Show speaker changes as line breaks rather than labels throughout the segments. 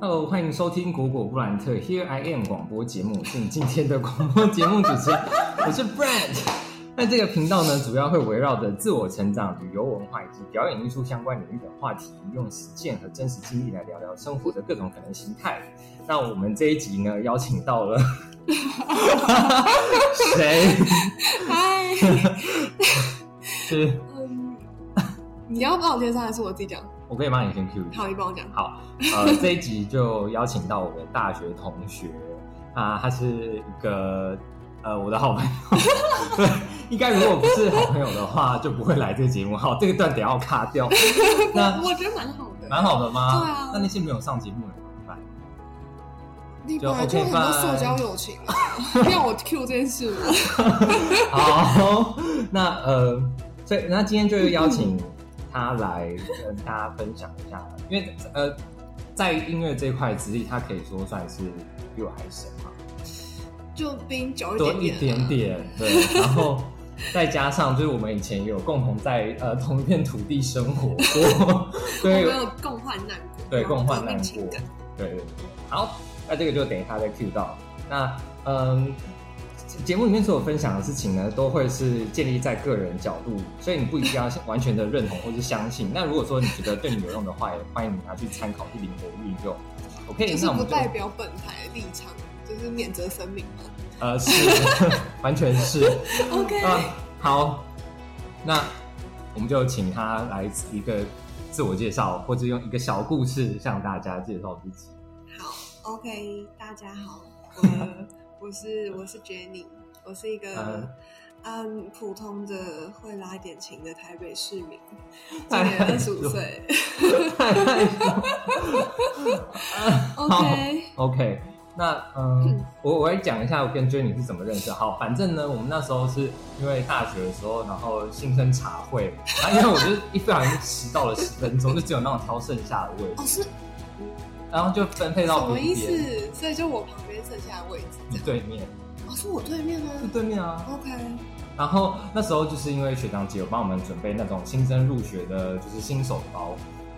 Hello，欢迎收听果果布兰特 Here I Am 广播节目，我是你今天的广播节目主持人，我是 Brad。那这个频道呢，主要会围绕着自我成长、旅游文化以及表演艺术相关领域的话题，用实践和真实经历来聊聊生活的各种可能形态。那我们这一集呢，邀请到了 谁？
嗨，
是
嗯，你要帮我介绍还是我自己讲？
我可以帮你先 Q 一下。
好，你帮我讲。
好， 呃，这一集就邀请到我的大学同学啊，他是一个呃我的好朋友， 对，应该如果不是好朋友的话，就不会来这个节目。好，这个段等一下要卡 掉，那
我我觉得呃蛮好的，
蛮好的吗？
对啊
那那些没有上节目的怎么办？
你
就
本来就
OK，
很多
拜
塑胶友情啊，要我 Q 这件事吗？
好， 那呃，所以那今天就邀请他来跟大家分享一下，因为呃，在音乐这一块资历，他可以说算是比我还深嘛。
就比你久一
多
点
一
啊
点。点，对，然后 再加上就是我们以前也有共同在呃同一片土地生活过，
我
对
们有共患难过，
对，
然后
共患难过
革命情感，
对对对。好，那这个就等一下再 Q 到。那嗯，节目里面所有分享的事情呢，都会是建立在个人角度，所以你不一定要完全的认同或是相信。那如果说你觉得对你有用的话，也欢迎你拿去参考，去灵活运用。OK，
就是
那我
不
们就
代表本台立场，就是免责声明 嘛。
呃是， 完全是。
OK，
啊，好，那我们就请他来一个自我介绍，或者用一个小故事向大家介绍自己。
OK，大家好，我我是我是 Jenny，我是一个嗯普通的会拉点琴的台北市民，今年二十五岁。
太害羞了
OK，
OK，那嗯
嗯，
我我来讲一下我跟 Jenny 是怎么认识的。好，反正呢，我们那时候是因为大学的时候，然后新生茶会，然后因为我就是一不小心迟到了十分钟，就只有那种挑剩下的位
哦
置，
是
然后就分配
什
到
么
别
意
边
思？所以就我旁边剩下的位置这样，
对面，
哦是我对面
就
吗
对面啊。
？OK，
然后那时候就是因为学长姐有帮我们准备那种新生入学的，就是新手包。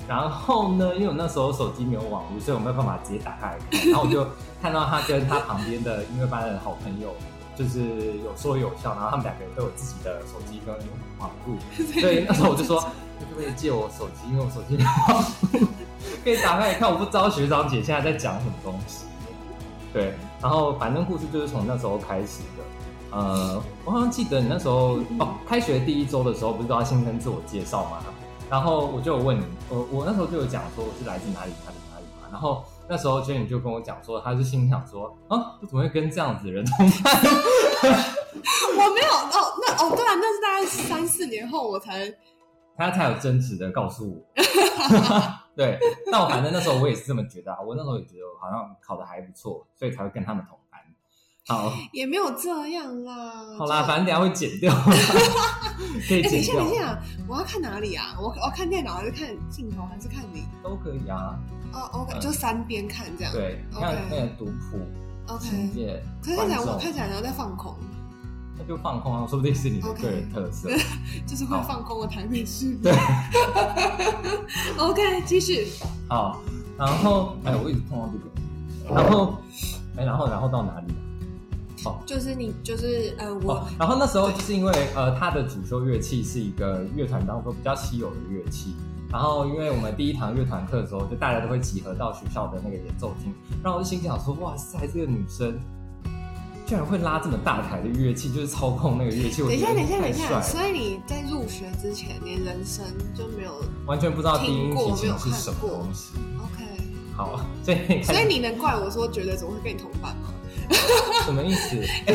然后呢，因为我那时候手机没有网络，所以我没有办法直接打开来看。然后我就看到他跟他旁边的音乐班的好朋友，就是有说有笑，然后他们两个人都有自己的手机跟网络。所以那时候我就说，你可不可以借我手机？因为我手机没有网络可以打开来看，我不知道学长姐现在在讲什么东西。对，然后反正故事就是从那时候开始的。呃，我好像记得你那时候哦，开学第一周的时候，不是都要新生自我介绍吗？然后我就有问你，我我那时候就有讲说我是来自哪里哪里哪里嘛。然后那时候 j e n 就跟我讲说，他是心想说啊，我怎么会跟这样子的人 同班？
我没有哦，那哦对啊，那是大概三四年后我才
他才有真实的告诉我。对，但我反正那时候我也是这么觉得啊，我那时候也觉得我好像考的还不错，所以才会跟他们同班。 好，
也没有这样啦。
好啦，
就
反正等一下会剪 掉，可以
哎，等
剪
一下，
掉
等，一下，我要看哪里啊？我我要看电脑还是看镜头还是看你？
都可以啊。
哦，OK，
嗯
就三边看这样。
对，你看
OK
那个读谱、琴
，OK。
界、
可是看起来我
观
看
众，
起来好像在放空，
那就放空啊，说不定是你的个人特色。
就是会
好
放空的台北市民。
对
OK，继续。
好，然后哎，我一直碰到这个，
哦
然后哎，然后然后到哪里啊？
就是你，就是呃，
哦
我，
然后那时候就是因为呃，他的主修乐器是一个乐团当中比较稀有的乐器。然后，因为我们第一堂乐团课的时候，就大家都会集合到学校的那个演奏厅，然后我就心想说：“哇塞，这个女生居然会拉这么大台的乐器，就是操控那个乐器。”我
等一
觉
下，
得
等一下，等
太
一
帅
下。
了，
所以你在入学之前，你的人生就没有
完全不知道低音提琴是什么
听过
东西。
OK。
好，所以你看
所以你能怪我说觉得怎么会跟你同班吗？
什么意 思？哎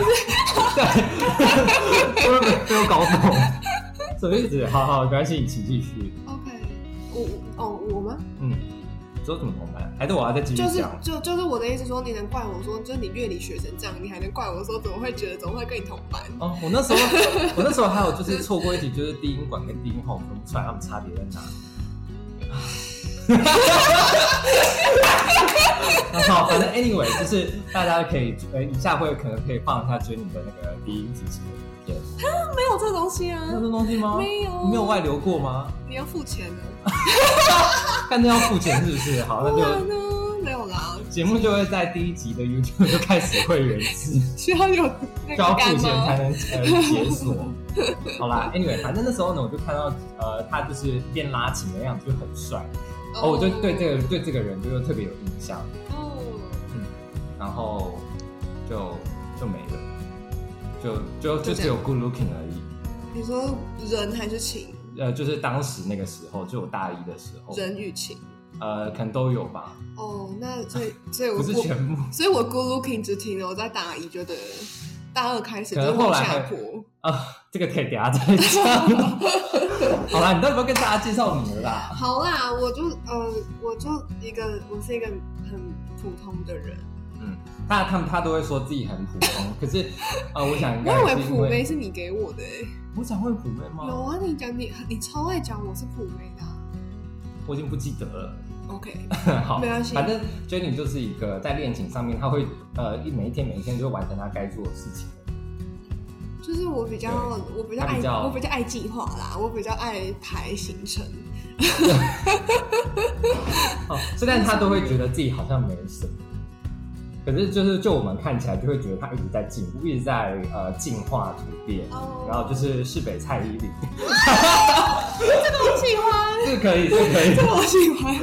对，我没有搞懂，什么意思？好好，没关系，你请继续。
OK，我我哦我吗？
嗯，你说怎么同班？还是我要再继续
就是
讲？
就就是我的意思说，你能怪我说，就是你乐理学成这样，你还能怪我说怎么会觉得怎么会跟你同班？
哦，我那时候，我那时候还有就是错过一题，就是低音管跟低音号分不出来，他们差别在哪？ 那好，反正 anyway，就是大家可以呃，以下会可能可以放一下追你的那个低音提琴的影片，
没有 这东西啊
有，这东西吗？啊
没有
你没有外流过吗？
你要付钱的。
但那要付钱是不是？好，那
啊不然
就
呢？没有啦，
节目就会在第一集的 YouTube 就开始会员 制。
需要有那
需要付
个干
钱才
吗？
能呃解锁。好啦，Anyway，反正那时候呢，我就看到呃，他就是练拉琴的样子就很帅，然哦后我就对这个对这个人就特别有印象，
哦，
然后就就没了，就就就
就这样
只有 good looking 而已。
你说人还是情？
呃，就是当时那个时候，就我大一的时候，
人与情。
呃，可能都有吧，
哦，那所以所以我
不是
我
全部。
所以我 good looking 只停留在大一，觉得大二开始
可
就
能
是
后来
往下
还
坡。
啊，这个可以等一下再讲。 好啦，你到底要不要跟大家介绍你了啦？
好啦，我就呃，我就一个，我是一个很普通的人。
嗯，大家他们他都会说自己很普通，可是呃，我想应
我
该
以为
是因
普妹是你给我的、欸，
我讲会普妹吗？
有啊，你讲你你超爱讲我是普妹的啊、
我已经不记得了。
OK，
好，
没关系
反正 Jenny 就是一个在恋情上面，她会呃一每一天每一天就会完成她该做的事情。
就是我比较我比较
他
爱
比较
我比较爱计划啦，我比较爱排行程。
哦，虽然她都会觉得自己好像没什么，可是就是就我们看起来就会觉得她一直在进步，一直在呃进化突变。
哦
然后就是市北蔡依林，
这个我喜欢，
这个可以，这个可以
这。个我喜欢。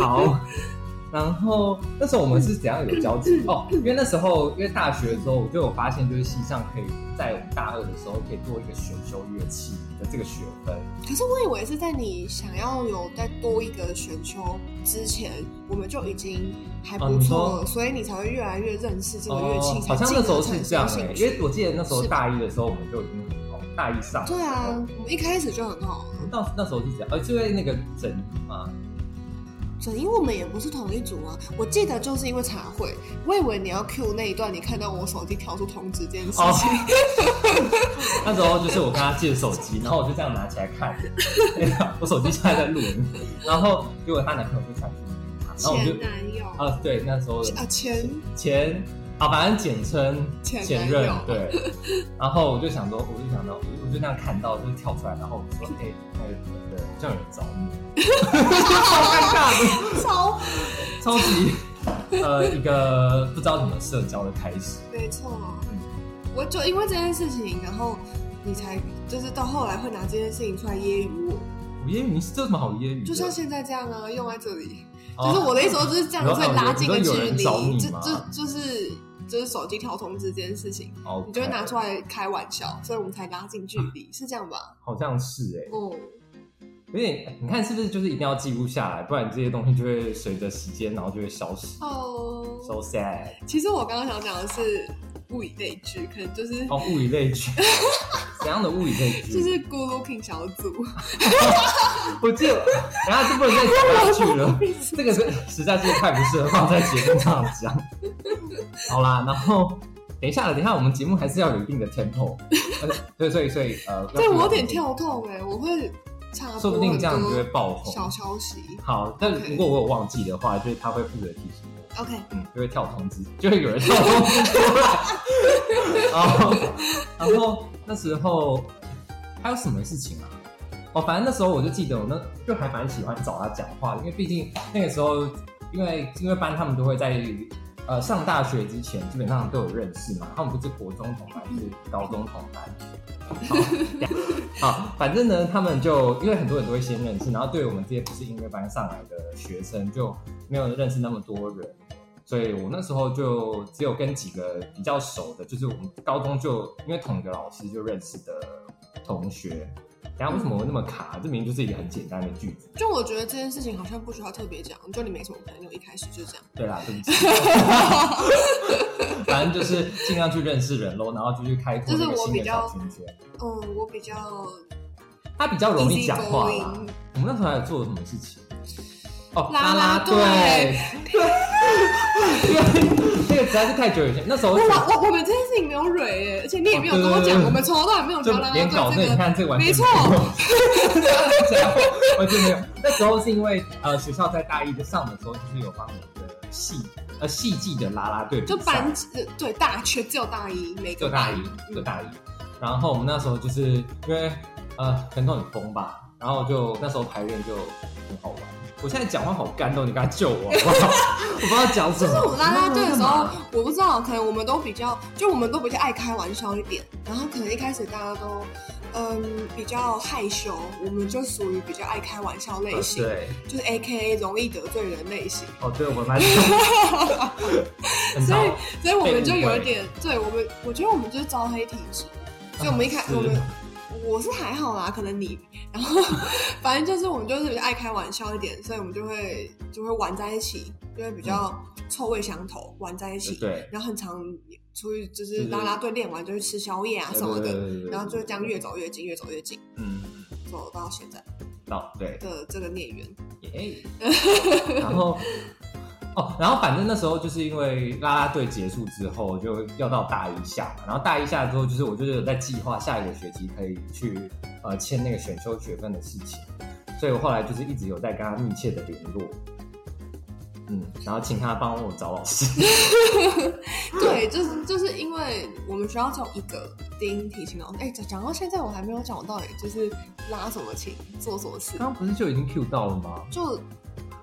好， 然后那时候我们是怎样有交 集？哦，因为那时候因为大学的时候，我就有发现，就是系上可以在我们大二的时候可以做一个选修乐器的这个学分。
可是我以为是在你想要有再多一个选修之前，我们就已经还不错
哦
了，
你
所以你才会越来越认识这个乐器，
哦
才
好像
进
那
而
时候是这样
产
哎、
生兴趣
因为我记得那时候
是
大一的时候我们就已经很红，大一上的时候
对啊，我们一开始就很好。
我们到那时候是这样，呃，就为那个整理嘛，
整因为我们也不是同一组啊，我记得就是因为茶会，我以为你要 Q 那一段，你看到我手机跳出通知这件事情，
哦 那时候就是我跟他借手机，然后我就这样拿起来 看，我手机现在在录音，然后结果她男朋友就传讯给她，然哦后我就
前男友啊
啊对，那时候的
前
前啊，反正简称
前
前
男
任
友
对。然后我就想说，我就想到，我就那样看到，就是跳出来，然后我就 说，哎、那个那个叫有人找你，超尴 尬的，
超
超级呃一个不知道怎么社交的开始。
没错
嗯，
我就因为这件事情，然后你才就是到后来会拿这件事情出来揶揄我。
我揶揄你是这有什么好揶揄的？
就像现在这样啊，用在这里，
哦
就是我的意思，我就是这样
你说
会拉近个距
有人
离，
找你
就
吗
就就是就是手机跳通知这件事情，
哦，
你就会拿出来开玩笑，所以我们才拉近距离，是这样吧？
好像是哎、
哦，
有点你看是不是就是一定要记录下来，不然这些东西就会随着时间然后就会消失。So
哦，
sad，
其实我刚刚想讲的是物以类聚，可能就是
哦，物以类 聚，怎样的物以类聚？
就是 Good Looking 小组，
我记得，然后就不能再讲下去了。这个是实在是太不适合放在节目上讲。好啦，然后等一下，等一下，我们节目还是要有一定的 tempo。呃 对，所以所以呃，要
对我有点，跳痛哎，我会插播
说不定这样你就会
很
爆
多小
红。
消息。
好，但
OK
呃如果我有忘记的话，就是他会负责提醒我，
OK，
嗯，就会跳通知，就会有人跳通知出来。然后，然后那时候还有什么事情啊？哦，反正那时候我就记得，我那就还蛮喜欢找他讲话的，因为毕竟那个时候，因为因为班他们都会在呃上大学之前基本上都有认识嘛，他们不是国中同班，就是高中同班。好， 好，反正呢，他们就因为很多人都会先认识，然后对我们这些不是音乐班上来的学生就没有认识那么多人，所以我那时候就只有跟几个比较熟的，就是我们高中就因为同一个老师就认识的同学。然后为什么我那么卡？这明明就是一个很简单的句子。
就我觉得这件事情好像不需要特别讲，就你没什么朋友，一开始就这样。
对啦，对不起。 反正就是尽量去认识人喽，然后就去开拓
就是
这个
我
新
比
的
较
小圈圈。
嗯，我比较
他比较容易讲话
easy
啦。
going
我们那时候还有做了什么事情？哦，
啦
啦
啦
队，因为那个实在是太久以前，那时候
我
就
我我我们这件事情没有蕊耶，而且你也没有跟我
哦对对
讲，
对
我们从头到尾没有
就
聊啦啦
连搞
队
对，
这
你
个。
看这完全
没错
没有 这家伙完全没有。那时候是因为呃学校在大一的上的时候，就是有帮我们的戏呃戏剧的啦啦队比赛
就班级呃对大学只有大一，每
就
个
大
班
一，就大一。然后我们那时候就是因为呃，可能都很疯吧，然后就那时候排练就很好玩。我现在讲话好干哦，你赶快救我好 不好？我不知道讲什么。嗯
嗯就是我拉拉队的时候
干嘛，
我不知道，可能我们都比较，就我们都比较爱开玩笑一点，然后可能一开始大家都，嗯，比较害羞，我们就属于比较爱开玩笑类
呃
型，
对，
就是 A K A 容易得罪人类型，
哦，对，我们班很
所以
糟
所以我们就
被误会
有一点，对我们，我觉得我们就是招黑体质，所以我们一开
啊是
我们。我是还好啦，可能你， 然后反正就是我们就是比较爱开玩笑一点，所以我们就会就会玩在一起，就会比较臭味相投，玩在一起。
嗯对，
然后很常出去，
就
就
是是
拉拉队练完就去吃宵夜啊什么
对
的，
对对对
然后就这样越走越近，越走越近，
嗯，
走到现在
到对，
的这个孽缘。
耶然后哦，然后反正那时候就是因为啦啦队结束之后，就要到大一下嘛，然后大一下之后，就是我就是有在计划下一个学期可以去呃签那个选修学分的事情，所以我后来就是一直有在跟他密切的联络。嗯，然后请他帮我找老师。
对，就是就是因为我们学校只有一个丁提琴老师。哎，讲讲到现在我还没有讲我到底就是拉什么琴，做什么事，
刚刚不是就已经 Q 到了吗？
就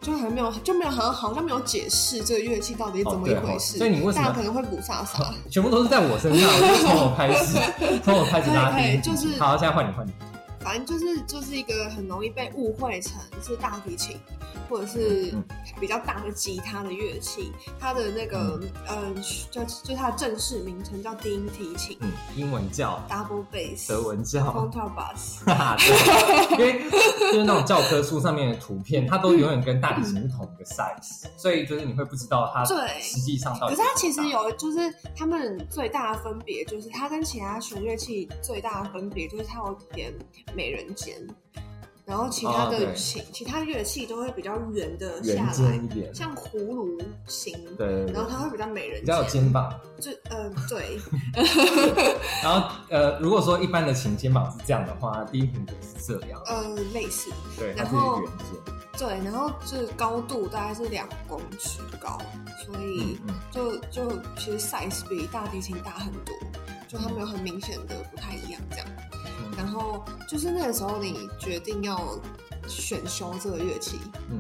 就还没有就没有好像好像没有解释这个乐器到底是怎么一
哦对
回
哦
事。
所以你为什么哦
大家可能会不飒飒？
全部都是在我身上，就是从我开始，从我开始拉
可以可以
低。
就是
好，现在换你换你。
反正就是就是一个很容易被误会成是大提琴，或者是
嗯
比较大的吉他的乐器，它的那个嗯，就就它的正式名称叫低音提琴
嗯，英文教、
（double bass）、
德文教，
哦 （contrabass）。
哈哈， 对，因为就是那种教科书上面的图片，它都永远跟大提琴是同一个 size，所以就是你会不知道它
对
实际上到底
可是
多大。
它其实有，就是它们最大的分别，就是它跟其他弦乐器最大的分别，就是它有点美人尖，然后其他
哦
的
对
琴、其他乐器都会比较圆的下
圆
来
尖，一点，
像葫芦形，
对对对
然后，它会比较美人
比较有肩膀。
就呃对，
然后呃，如果说一般的琴肩膀是这样的话，低音琴也是这样，
呃类似
对，它
然
是
后
圆肩。
对，然后就是高度大概是两公尺高，所以
嗯嗯，
就就其实 size 比大提琴大很多，就它们有很明显的不太一样这样。
嗯
然后就是那个时候你决定要选修这个乐器，
嗯，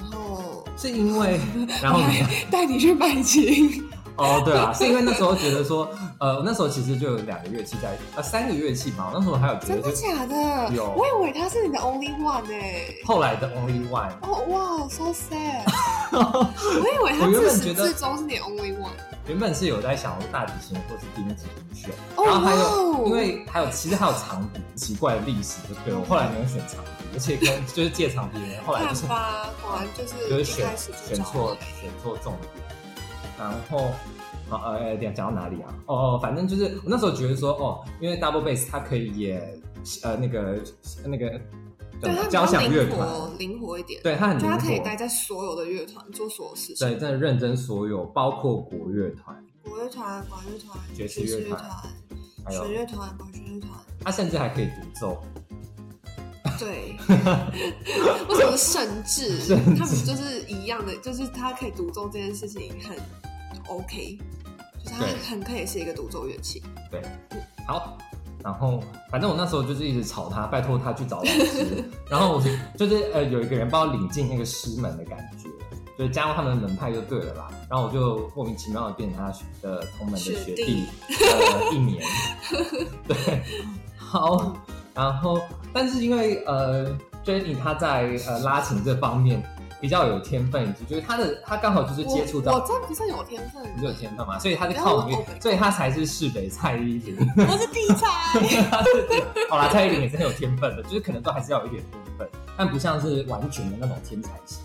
后
是因 为然后呢？
带你去拜琴，
哦，对啊，是因为那时候觉得说，呃，那时候其实就有两个乐器在，呃，三个乐器嘛。我那时候还有觉
真
得
的
就，
假的？
有
我以为它是你的 only one 哎、
后来的 Only One，
哦哇，so sad！我以为他
我原
自
本
始
觉得
至终是你的 only one。
原本是有在想用大提琴或是低音琴选，
哦
然后还
哇哦
有因为还有其实还有长笛，奇怪的历史就对我后来没有选长笛，而且跟就是借长笛的人后来就
看
是
吧，果然就是
就是
一
选
开始就
选
找
错
你
选错重点，然后。啊呃，哎等一下讲到哪里啊？哦，哦反正就是我那时候觉得说，哦，因为 double bass 它可以也呃那个那个叫
对
什
他
么
比
交
较
响乐
灵
团，
活灵活一点，
对它很
就
灵
他
活，
可以待在所有的乐团做所有事情，
对，真的认真所有，包括国乐团，
国乐团、管乐团、
爵士
士
乐
乐
团
团、
还有
弦乐团、管弦乐 团，
它甚至还可以独奏，
对，为什么甚至
甚至
他们就是一样的，就是他可以独奏这件事情很 OK，就是他
对
很可以是一个独奏乐器。
对，好，然后反正我那时候就是一直吵他，拜托他去找老师。 然后我就就是呃，有一个人把我领进那个师门的感觉，就是加入他们的门派就对了啦。然后我就莫名其妙的变成他的同门的学弟，呃，一年。 对，
嗯
好，然后但是因为呃 j e n n 她在呃拉琴这方面比较有天分，以及就是她的她刚好就是接触
我
到
我。真不是有天分，
你就有天分嘛，所以她是
不要
靠
问
我
我
所以她才是市北蔡依林。
我是地 才。
好啦，蔡依林也是很有天分的，就是可能都还是要有一点天分，但不像是完全的那种天才型。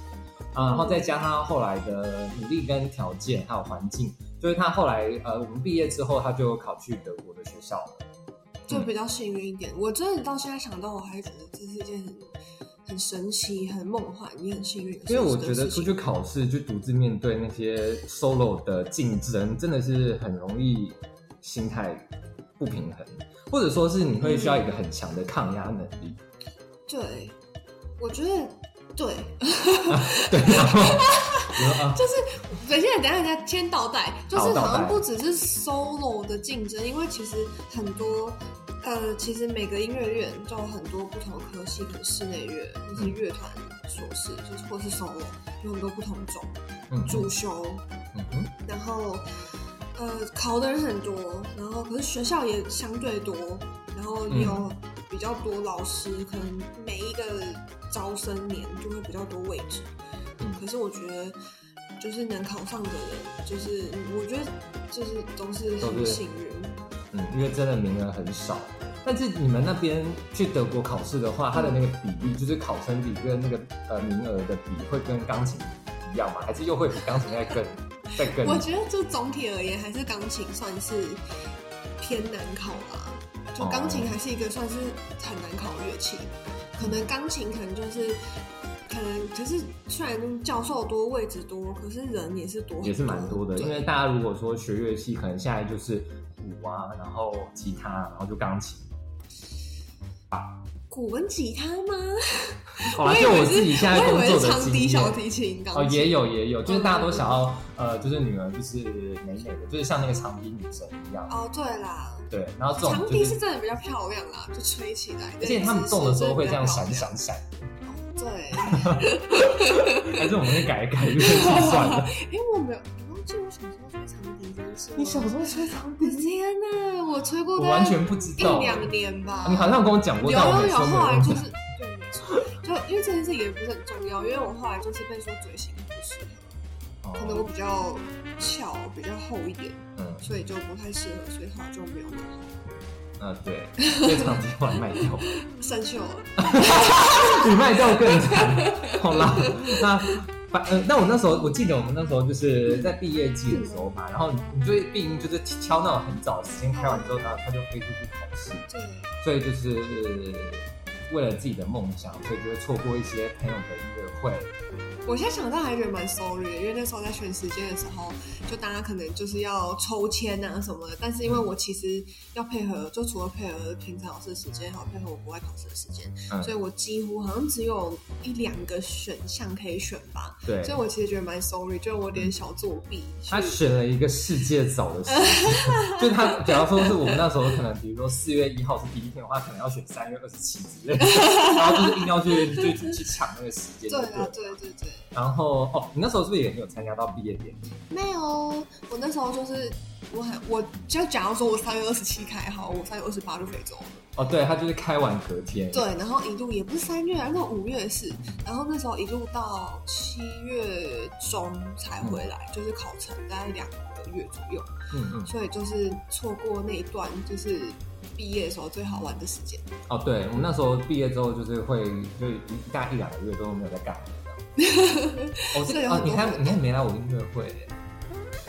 啊、然后再加他后来的努力跟条件，还有环境，就是他后来呃，我们毕业之后，他就考去德国的学校了。
就比较幸运一点。我真的到现在想到，我还觉得这是一件很很神奇、很梦幻、也很幸运的事
因
情。
为我觉得出去考试，就独自面对那些 solo 的竞争，真的是很容易心态不平衡，或者说是你会需要一个很强的抗压能力。
对，我觉得对，
对，然后然后啊，
就是等一下，等一下，等一下，先倒带，就是
好倒带
好像不只是 solo 的竞争，因为其实很多。呃，其实每个音乐院都有很多不同的科系，可能室内乐或是乐团硕士，就是或是 solo，有很多不同种
嗯
主修，
嗯哼，
然后呃考的人很多，然后可是学校也相对多，然后
嗯
也有比较多老师，可能每一个招生年就会比较多位置。
嗯
可是我觉得就是能考上的人，就是我觉得就是都是
都
很
是
幸运。
嗯，因为真的名额很少。但是你们那边去德国考试的话，它的那个比例，就是考生比跟那个呃名额的比，会跟钢琴一样吗？还是又会比钢琴再更再更？
我觉得就总体而言，还是钢琴算是偏难考啦。就
哦
钢琴还是一个算是很难考的乐器，可能钢琴可能就是，可能可是虽然教授多位置多，可是人也是多很，
也是蛮多的，
对
因为大家如果说学乐器，可能现在就是鼓啊，然后吉他，然后就钢琴。
古文吉他吗？
好啦，
我以
就
为
我
是
自己现在
我
工
以为
作
是
的
长
经
笛、
验。
小提琴、
哦，
钢琴。嗯
也有也有，就是大家都想要，呃，就是女儿就是美美的，就是像那个长笛女神一样，
哦，对啦，
对。然哦后这种
长
就
笛是真的比较漂亮啦，就吹起来。
而且他们动的时候会这样闪
真的比较漂亮。
闪闪，
对，
还是我们改一改乐器算 了。
因哎为我没有，我忘记我小时候吹长笛这件事吗。
时候吹长
天呐，我吹过
我
大概
完全不知
一
道。啊
两年吧。
你好像跟我讲
有
过，但我
有啊
没
有，
说没
后来
有
就。是对，没错，就因为这件事也不是很重要，因为我后来就是被说嘴型不适合，可能我
哦
比较翘，比较厚一点，
嗯
所以就不太适合，所以后来就没有弄，
呃，对，所以长笛后来卖掉，
生锈了。
比卖掉更惨。好啦，那。反呃，那我那时候我记得我们那时候就是在毕业季的时候嘛，然后你就毕竟就是敲那种很早的时间开完之后，然后他就飞出去考试，
对，
所以就是呃为了自己的梦想，所以就会错过一些朋友的音乐会，
我现在想到还觉得蛮 sorry 的，因为那时候在选时间的时候，就大家可能就是要抽签啊什么的，但是因为我其实要配合，就除了配合平常老师的时间，还有配合我国外考试的时间，
嗯
所以我几乎好像只有一两个选项可以选吧，
对，嗯
所以我其实觉得蛮 sorry，就是我有点小作弊。
他选了一个世界早的时 间，就他，假如说是我们那时候可能，比如说四月一号是第一天的话，可能要选三月二十七之类的，然后就是硬要去就去去抢那个时间，
对
对
啊
了。，
对对对，
然后哦，你那时候是不是也没有参加到毕业典礼？
没有，我那时候就是我很，我就假如说我三月二十七开好，我三月二十八就飞走了。
哦，对，他就是开完隔天，
对，然后一路也不是三月啊，那五月是，然后那时候一路到七月中才回来，就是考成大概两个月左右，
嗯嗯，
所以就是错过那一段就是毕业的时候最好玩的时间。
哦，对，我们那时候毕业之后就是会就一大一两个月都没有在干嘛这 样。哦，
这个
这
有
哦
很，
你
多
还
回
你还没来我音乐会耶。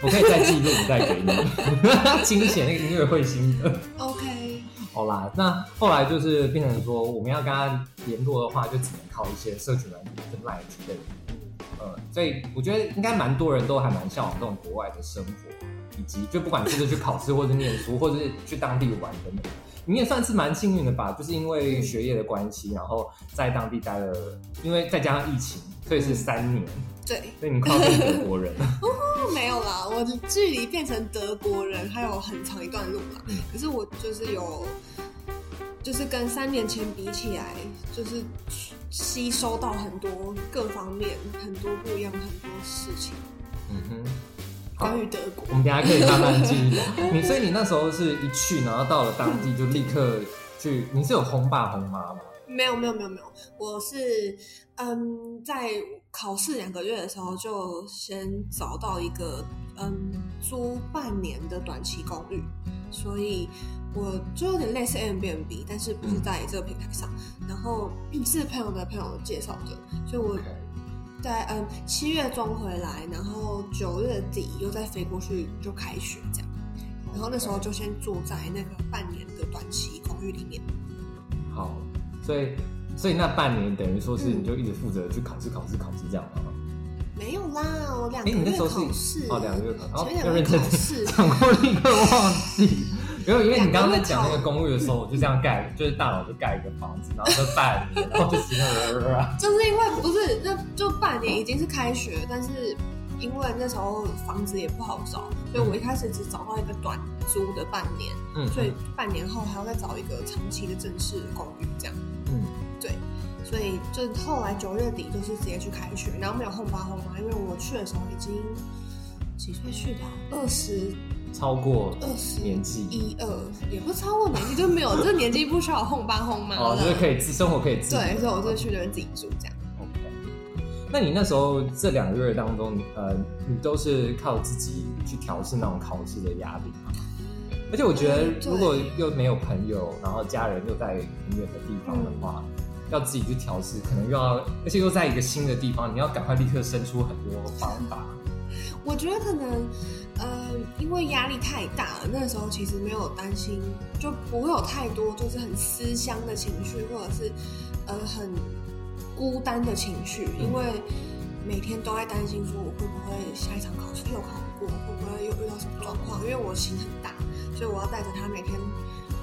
我可以再记录再给你， 清写那个音乐会心得。
OK，
好啦，那后来就是变成说，我们要跟他联络的话，就只能靠一些社群软体跟 l i 之类的。呃，所以我觉得应该蛮多人都还蛮向往这种国外的生活，以及就不管是不是去考试，或者念书，或者是去当地玩等等。你也算是蛮幸运的吧，就是因为学业的关系，然后在当地待了，因为再加上疫情，所以是三年，
对，
所以你快要变德国人了。
哦没有啦，我的距离变成德国人还有很长一段路啦，
嗯
可是我就是有。就是跟三年前比起来，就是吸收到很多各方面很多不一样很多事情。
嗯哼，好
关于德国
我，们等一下可以慢慢记忆。 你所以你那时候是一去，然后到了当地就立刻去，你是有红爸红妈吗？
没有没有没有没有，我是嗯，在考试两个月的时候就先找到一个嗯租半年的短期公寓，所以我就有点类似 Airbnb，但是不是在这个平台上，然后嗯是朋友的朋友介绍的，所以我在嗯七月中回来，然后九月底又再飞过去就开学这样，然后那时候就先住在那个半年的短期公寓里面。
好，所以所以那半年等于说是你就一直负责去考试、考试、考试这样吗？
没有啦，我两个
哎，你那
月
时候是
考试，
哦，两个月考，哦
前面
要
两个
认
月
真
考试，
讲过立刻忘记。没有，因为你刚刚在讲那个公寓的时候，我就这样盖，就是大脑就盖一个房子，然后就半年，然后就直接
就是因为不是那就半年已经是开学，但是因为那时候房子也不好找，所以我一开始只找到一个短租的半年，
嗯，
所以半年后还要再找一个长期的正式公寓这样。
嗯，
对，所以就后来九月底就是直接去开学，然后没有轰爸轰妈，因为我去的时候已经几岁去的啊？二十
超过
二十
年纪，
一二，也不超过年纪，就没有这年纪不需要轰爸轰妈
哦，就是
了。
可以自生活可以自理
对，所以我就去那边自己住这样。
OK，那你那时候这两个月当中，你呃，你都是靠自己去调试那种考试的压力吗？而且我觉得
嗯，对
如果又没有朋友，然后家人又在很远的地方的话，
嗯
要自己去调试，可能又要，而且又在一个新的地方，你要赶快立刻生出很多方法。
嗯我觉得可能，呃，因为压力太大了，那时候其实没有担心，就不会有太多就是很思乡的情绪，或者是呃很孤单的情绪，
嗯
因为每天都在担心说我会不会下一场考试又考不过，会不会又遇到什么状况？因为我心很大，所以我要带着他每天。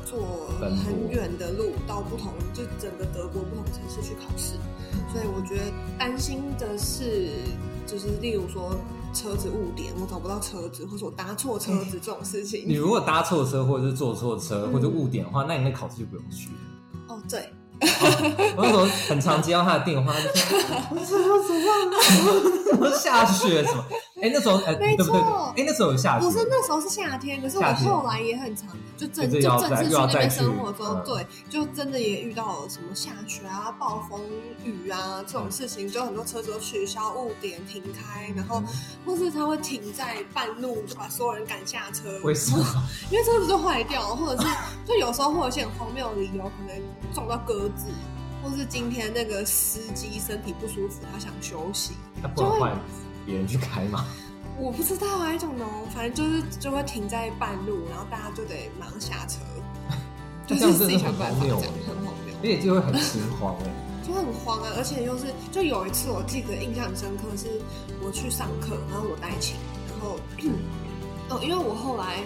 坐
奔波
很远的路到不同，就整个德国不同城市去考试，所以我觉得担心的是，就是例如说车子误点，我找不到车子，或者我搭错车子这种事情。
嗯你如果搭错车，或者是坐错车，
嗯
或者误点的话，那你那考试就不用去了。
哦，对，
我那时候很常接到他的电话，就说 我 这要怎啊 么办？我下雪什么？哎、那时候哎、
没
对不对？
错
哎、那时候有下雪，
不是那时候是夏天，可是我
夏天
后来也很常就正
就是
就
要
正
再
式去
又要
那
再
边
去
生活之后
嗯，
对，就真的也遇到什么下雪啊、暴风雨啊
嗯
这种事情，就很多车子都取消误点停开，然
嗯
后或是它会停在半路就把所有人赶下车，
为什 么？
因为车子就坏掉，或者是就有时候会有一些很荒谬的理由，可能撞到鸽子，或是今天那个司机身体不舒服，他想休息，
那不能换别人去开 吗？
我不知道啊，一种呢，反正就是就会停在半路，然后大家就得马上下车，就
那
是
这
自己
样真的
想
很
办
荒
法这
谬
样，
哎
很荒谬
而。且就会很心慌哎、
就很慌啊，而且又是就有一次我记得印象很深刻，是我去上课，然后我带琴，然后 哦，因为我后来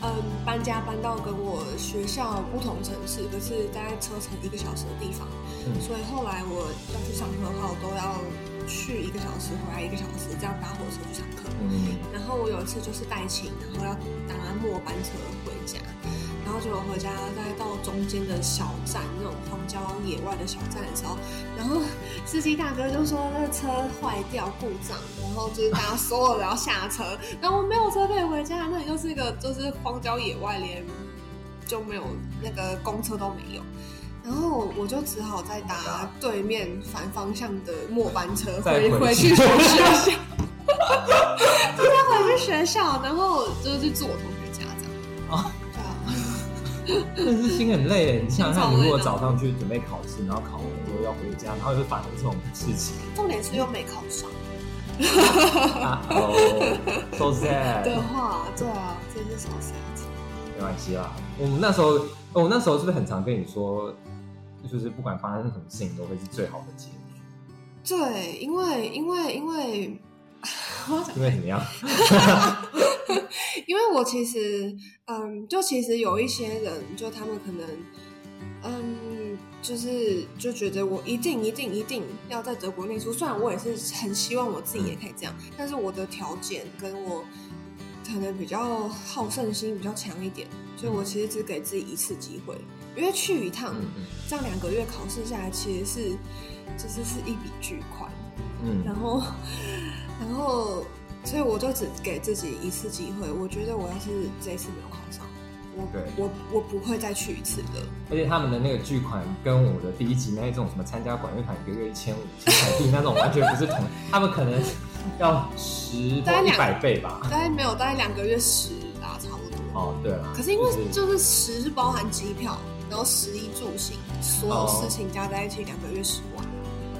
嗯搬家搬到跟我学校不同城市，可是大概车程一个小时的地方，
嗯
所以后来我要去上课的话，我都要去一个小时，回来一个小时，这样搭火车去上课。
嗯，
然后我有一次就是带琴，然后要搭末班车回家，然后结果回家大概到中间的小站那种荒郊野外的小站的时候，然后司机大哥就说那车坏掉故障，然后就是大家所有人要下车，然后我没有车可以回家，那里就是一个就是荒郊野外，连就没有那个公车都没有。然后我就只好再搭对面反方向的末班车
再
回
回
回去
去
学 校。带回去学校，然后就是住我同学家这样。
哦，
对啊，
真的是心很累。欸你想想看，你如果早上去准备考试，然后考完之后要回家，然后又发生这种事 情，
重点是又没考上
啊哦，so sad。
的话，对啊，这是小事情。
没关系啦。我们那时候，哦我那时候是不是很常跟你说，就是不管发生什么事情，都会是最好的结局，
对，因为因为因为我要讲
因为怎么样？
因为我其实，嗯，就其实有一些人，就他们可能，嗯，就是就觉得我一定一定一定要在德国念书。虽然我也是很希望我自己也可以这样，但是我的条件跟我可能比较好胜心比较强一点，所以我其实只给自己一次机会。因为去一趟，
嗯嗯
这样两个月考试下来，其实是就是是一笔巨款。
嗯
然后，然后，所以我就只给自己一次机会。我觉得我要是这一次没有考上，
对
我我我不会再去一次的。
而且他们的那个巨款跟我的第一集那一种什么参加管乐团一个月一千五千台币那种完全不是同，他们可能要 十
大概
或一
两
百倍吧。
大概没有，大概两个月十啦，差不多。
哦，对了，
可是因为
就是
就是十是包含机票，然后十一住行，所有
哦
事情加在一起，两个月十万。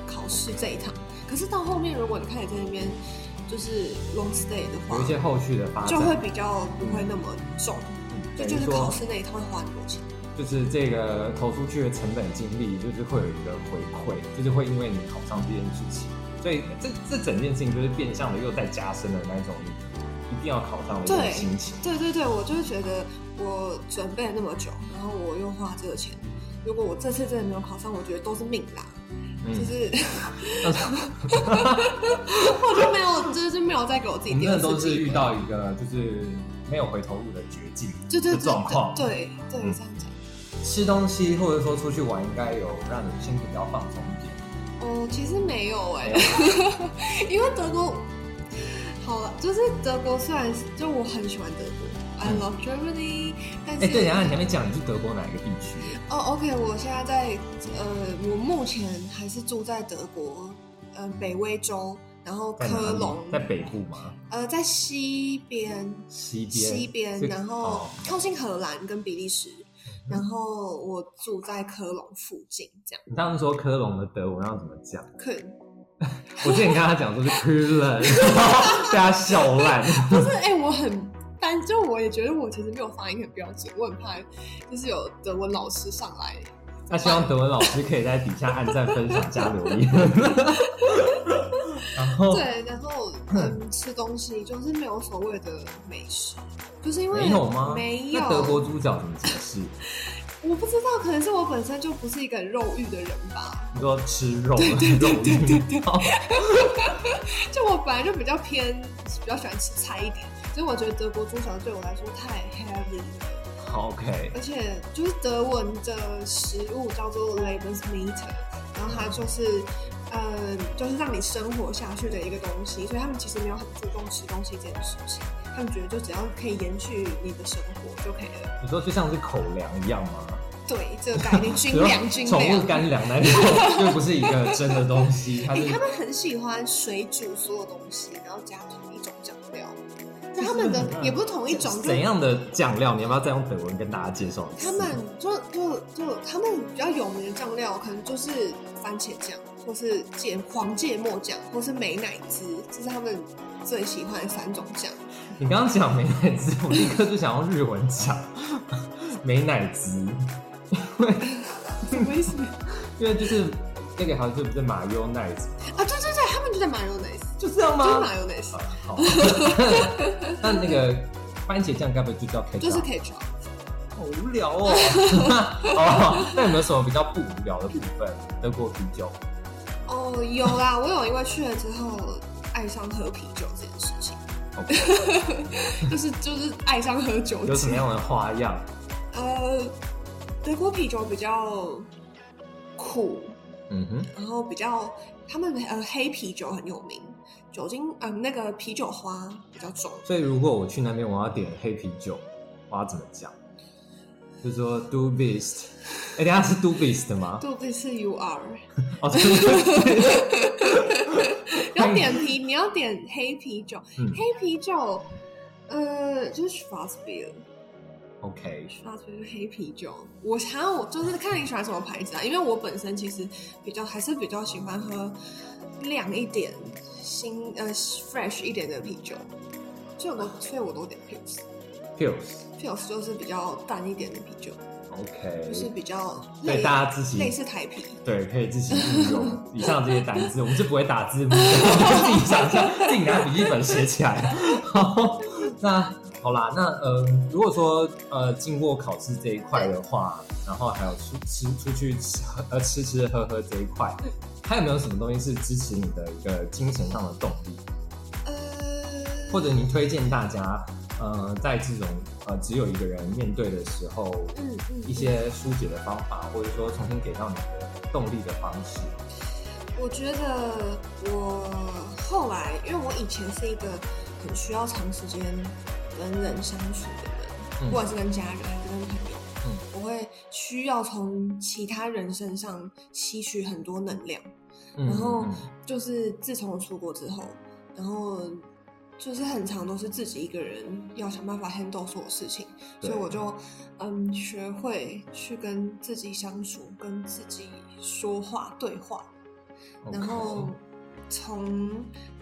考试这一趟，可是到后面如果你开始在那边就是 long stay 的话
有一，些后续的发展，
就会比较不会那么重。
嗯
就
等
就
于
是考
说
试那一趟会花很多钱。
就是这个投出去的成本精力，就是会有一个回馈，就是会因为你考上这件事情，所以这这整件事情就是变相的又在加深了那种一定要考上的这种
对
心情。嗯
对对对，我就是觉得我准备了那么久，然后我又花这个钱，如果我这次真的没有考上，我觉得都是命啦。
嗯
就是 我就没有，就是没有再给我自
我
己
们
第
真
二
的都
次
是
机
遇
会。
到一个就是没有回头路的绝境
对对
的
对
状况。
对对对，
嗯
这样讲。
吃东西或者说出去玩，应该有让你心情比较放松一点。
哦，其实没有哎、
没有嗯
因为德国，好了，就是德国虽然是就我很喜欢德国，I
嗯
love Germany，但是
哎、对，等一下你前面讲你是德国哪一个地区？
哦，OK，我现在在呃，我目前还是住在德国，呃，北威州，然后
在哪
科
里
隆，
在北部吗？
呃，在西边，
西边？
西边，
是
然后
哦嗯
靠近荷兰跟比利时，然后我住在科隆附近，这样
你当时说科隆的德文要怎么讲？
可
我之前跟他讲说是科隆， 然后被他笑烂。
不是哎、我很。但就我也觉得我其实没有发音很标准，我很怕就是有德文老师上来，
那希望德文老师可以在底下按赞、分享、加留言。然后
对，然后嗯，吃东西就是没有所谓的美食，就是因为
没有吗？
没有
那德国猪脚怎么解释？
我不知道，可能是我本身就不是一个很肉欲的人吧，
你说吃肉的肉欲？哦
就我本来就比较偏，比较喜欢吃菜一点，所以我觉得德国猪脚对我来说太 heavy 了，
好 OK，
而且就是德文的食物叫做 Lebensmittel，然后它就是。呃，就是让你生活下去的一个东西，所以他们其实没有很注重吃东西这件事情，他们觉得就只要可以延续你的生活就可以了。
你说就像是口粮一样吗？
对，这个概念，
比
军
如说
粮，军
宠
粮
物。干粮那 种，又不是一个真的东西，它
哎、
是
他们很喜欢水煮所有东西，然后加同一种酱料。就他们
这是很
的
棒
也不是同一种，就
怎样的酱料？你要不要再用德文跟大家介绍一次？
他们就就就他们比较有名的酱料，可能就是番茄酱，或是芥黄芥末酱，或是美乃滋，这是他们最喜欢的三种酱。
你刚刚讲美乃滋，我立刻就想用日文讲美乃滋，
什么意思？
因为就是那个好像就不是马优奈子，
啊，对对对，他们就在马油奶丝，
就这样
就
吗
是？马油奶丝
啊，好， 那那个番茄酱该不会就叫 ketchup？
就是 ketchup。
好无聊哦。 哦，那有没有什么比较不无聊的部分？德国啤酒，
哦，有啦，我有因为去了之后爱上喝啤酒这件事情 就是就是爱上喝酒精。
有什么样的花样？
呃，德国啤酒比较苦，
嗯哼，
然后比较他们呃黑啤酒很有名，酒精嗯、呃、那个啤酒花比较重。
所以如果我去那边，我要点黑啤酒，我要怎么讲？就说 Do Beast，哎、等一下是 Do Beast 吗？
杜比是 U R，
哦，对对对。
你要点啤，你要点黑啤酒，
嗯
黑啤酒，呃，就是 s c h w a r z b i e r
OK，
那就是黑啤酒。我想要，我就是看你喜欢什么牌子啊，因为我本身其实比较还是比较喜欢喝亮一点、新呃 fresh 一点的啤酒，就我都所以我都点 Pils。
Pills。
Pils 就是比较淡一点的啤酒，
OK，
就是比较
对
类
大家自己
类似台啤。
对，可以自行运用以上这些单字，我们是不会打字幕的，自己想象，自己拿笔记本写起来。好，那好啦，那呃，如果说呃，经过考试这一块的话，然后还有出吃出去吃喝呃吃吃喝喝这一块，还有没有什么东西是支持你的一个精神上的动力，
呃，
或者你推荐大家呃，在这种呃只有一个人面对的时候，
嗯嗯，
一些疏解的方法，或者说重新给到你的动力的方式。
我觉得我后来，因为我以前是一个很需要长时间跟人相处的人，
嗯
不管是跟家人还是跟朋友，
嗯
我会需要从其他人身上吸取很多能量。
嗯
然后
嗯嗯
就是自从我出国之后，然后就是很长都是自己一个人要想办法 handle 所有事情，
对
所以我就嗯学会去跟自己相处，跟自己说话对话，然
哦
后
嗯
从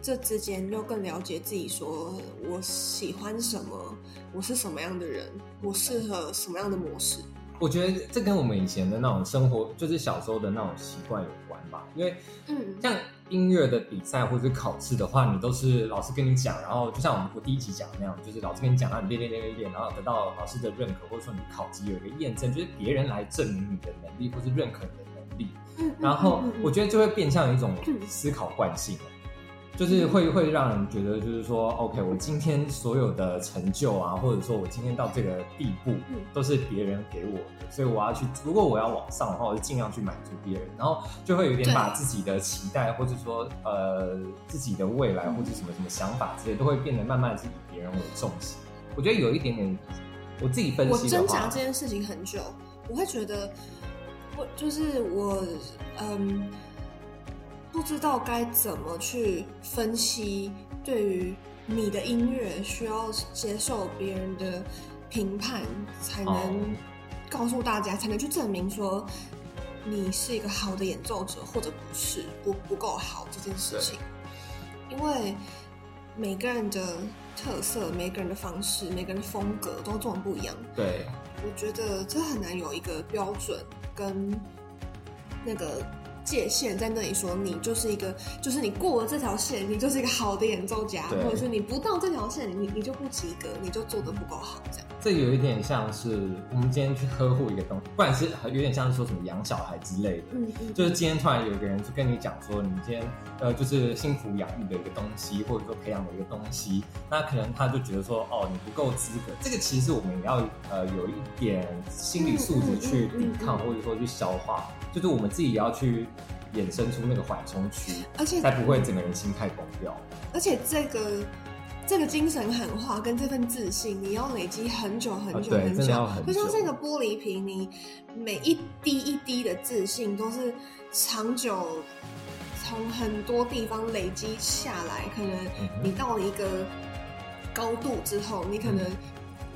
这之间又更了解自己，说我喜欢什么，我是什么样的人，我适合什么样的模式。
我觉得这跟我们以前的那种生活，就是小时候的那种习惯有关吧。因为
嗯
像音乐的比赛或者考试的话，你都是老师跟你讲，然后就像我们我第一集讲的那样，就是老师跟你讲，然后你练练练练练，然后得到老师的认可，或者说你考级有一个验证，就是别人来证明你的能力或是认可你的能力。
嗯
然后
嗯嗯嗯
我觉得就会变相有一种
嗯
思考惯性，就是会会让人觉得就是说，OK，我今天所有的成就啊，或者说我今天到这个地步
嗯，
都是别人给我的，所以我要去，如果我要往上的话，我就尽量去满足别人，然后就会有点
对
把自己的期待，或者说呃自己的未来
嗯
或者什么什么想法之类，都会变得慢慢是以别人为重心。我觉得有一点点，我自己分
我
析的
挣扎
话
这，件事情很久，我会觉得我就是我，嗯，不知道该怎么去分析对于你的音乐需要接受别人的评判，才
哦
能告诉大家，才能去证明说。你是一个好的演奏者，或者不是不不够好这件事
对
情，因为每个人的特色、每个人的方式、每个人的风格都这种不一样，
对，
我觉得这很难有一个标准跟那个界限在那里说，你就是一个，就是你过了这条线，你就是一个好的演奏家，
对
或者是你不到这条线，你你就不及格，你就做的不够好，这样。
这有一点像是我们今天去呵护一个东西，不然是有点像是说什么养小孩之类的。
嗯嗯，
就是今天突然有一个人就跟你讲说，你今天呃就是幸福养育的一个东西，或者说培养的一个东西，那可能他就觉得说，哦，你不够资格。这个其实我们也要呃有一点心理素质去抵抗，
嗯嗯嗯嗯
或者说去消化，就是我们自己也要去衍生出那个缓冲区，
而且
才不会整个人心态崩掉。
而且这个这个精神喊话跟这份自信，你要累积很久很
啊
久
对
很
真
久，
的要很
就像
久
这个玻璃瓶，你每一滴一滴的自信都是长久从很多地方累积下来，可能
嗯哼
你到了一个高度之后，你可能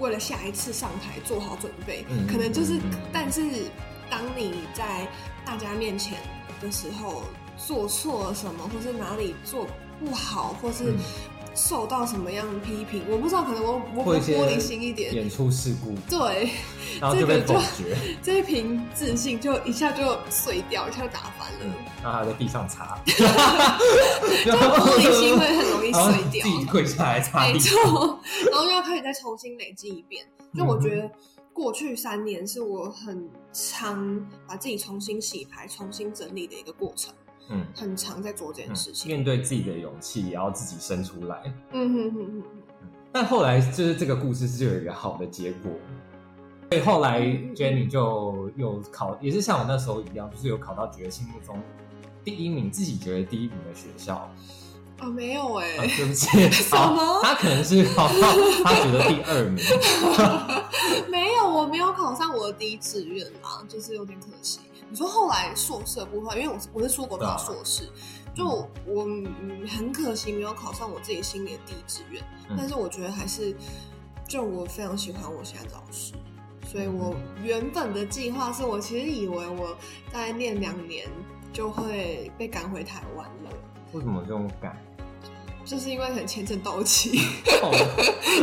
为了下一次上台做好准备，
嗯
可能就是
嗯嗯嗯，
但是当你在大家面前的时候做错了什么，或是哪里做不好，或是
嗯
受到什么样的批评，我不知道，可能我我
或
我
一些
玻璃心一点，
演出事故，
对，
然后就被
这个就
否决，
这一瓶自信就一下就碎掉，一下就打翻
嗯
了，，
然后还在地上 擦，
就
然
玻璃心会很容易
嗯然后
碎掉
自。己跪下来擦
没
地。
错，然后又要开始再重新累积一遍。就我
嗯哼
觉得过去三年是我很常把自己重新洗牌、重新整理的一个过程，
嗯，
很常在做这件事情。
面对自己的勇气也要自己生出来。
嗯哼哼哼哼，
但后来就是这个故事是有一个好的结果，所以后来
嗯嗯嗯
Jenny 就有考，也是像我那时候一样，就是有考到觉得心目中第一名，自己觉得第一名的学校。
啊、没有哎、
啊、对不 起，好，
么
他可能是考到他觉得第二名。
没有，我没有考上我的第一志愿啦，就是有点可惜。你说后来硕士的部分，因为我是我是出国考硕士，就我我嗯很可惜没有考上我自己心里的第一志愿，
嗯
但是我觉得还是就我非常喜欢我现在的老师，所以我原本的计划是我其实以为我再念两年就会被赶回台湾了，
为什么这种感？
就是因为可能签证到期。
哦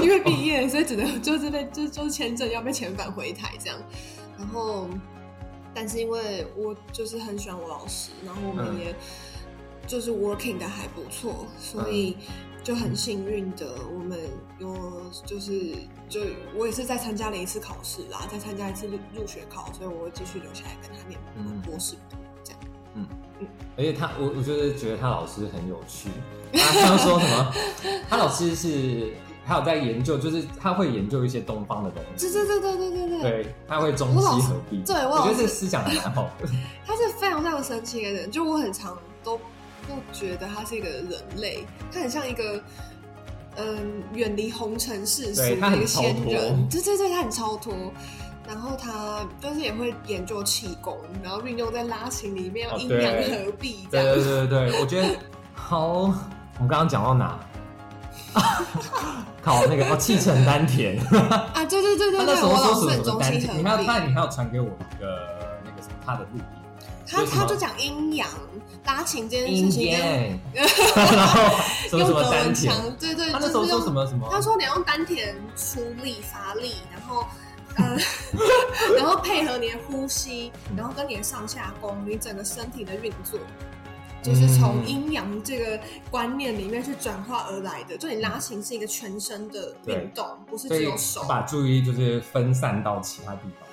因为毕业，所以只能 就是被就就是签证要被遣返回台这样。然后，但是因为我就是很喜欢我老师，然后我们
嗯
也、就是 working 的还不错，所以
嗯
就很幸运的，我们有就是就我也是在参加了一次考试啦，再参加一次入入学考，所以我会继续留下来跟他念
嗯
博士部这样。
而且他，我我就是觉得他老师很有趣。他刚说什 么？他老师是还有在研究，就是他会研究一些东方的东西。
对对对对对对
对，他会中西合璧。
对我
我
老
觉
师
得这个思想还蛮好的。
他是非常非常神奇的人，就我很常都不觉得他是一个人类，他很像一个嗯远离红尘世俗
对他
的
很
一个仙
超脱
人，对对对，他很超脱。然后他就是也会研究气功，然后运用在拉琴里面，
哦
阴
对
阳合璧这
对
样。
对对对对，我觉得好。我们刚刚讲到哪？ 考那个哦，气沉丹田。
啊，对对 对
他那
对对，
时候
我
说
老师
什
很
么什
中
么丹
西
田？
合
你还有
璧。
他，你还有传给我一个那个什么他的录音。
他
有什么
他就讲阴阳拉琴这件事
阴
情跟，
间， 然后什么
用
什么
德
丹
文
田。
强，对对，
他
就
那
是
时候说
用
什么什么？
他说你要用丹田出力发力，然后呃， 然后配合你的呼吸，然后跟你的上下弓，你整个身体的运作。就是
嗯
从阴阳这个观念里面去转化而来的，就你拉琴是一个全身的运动，不是
所
只
以
有手。
把注意力就是分散到其他地方。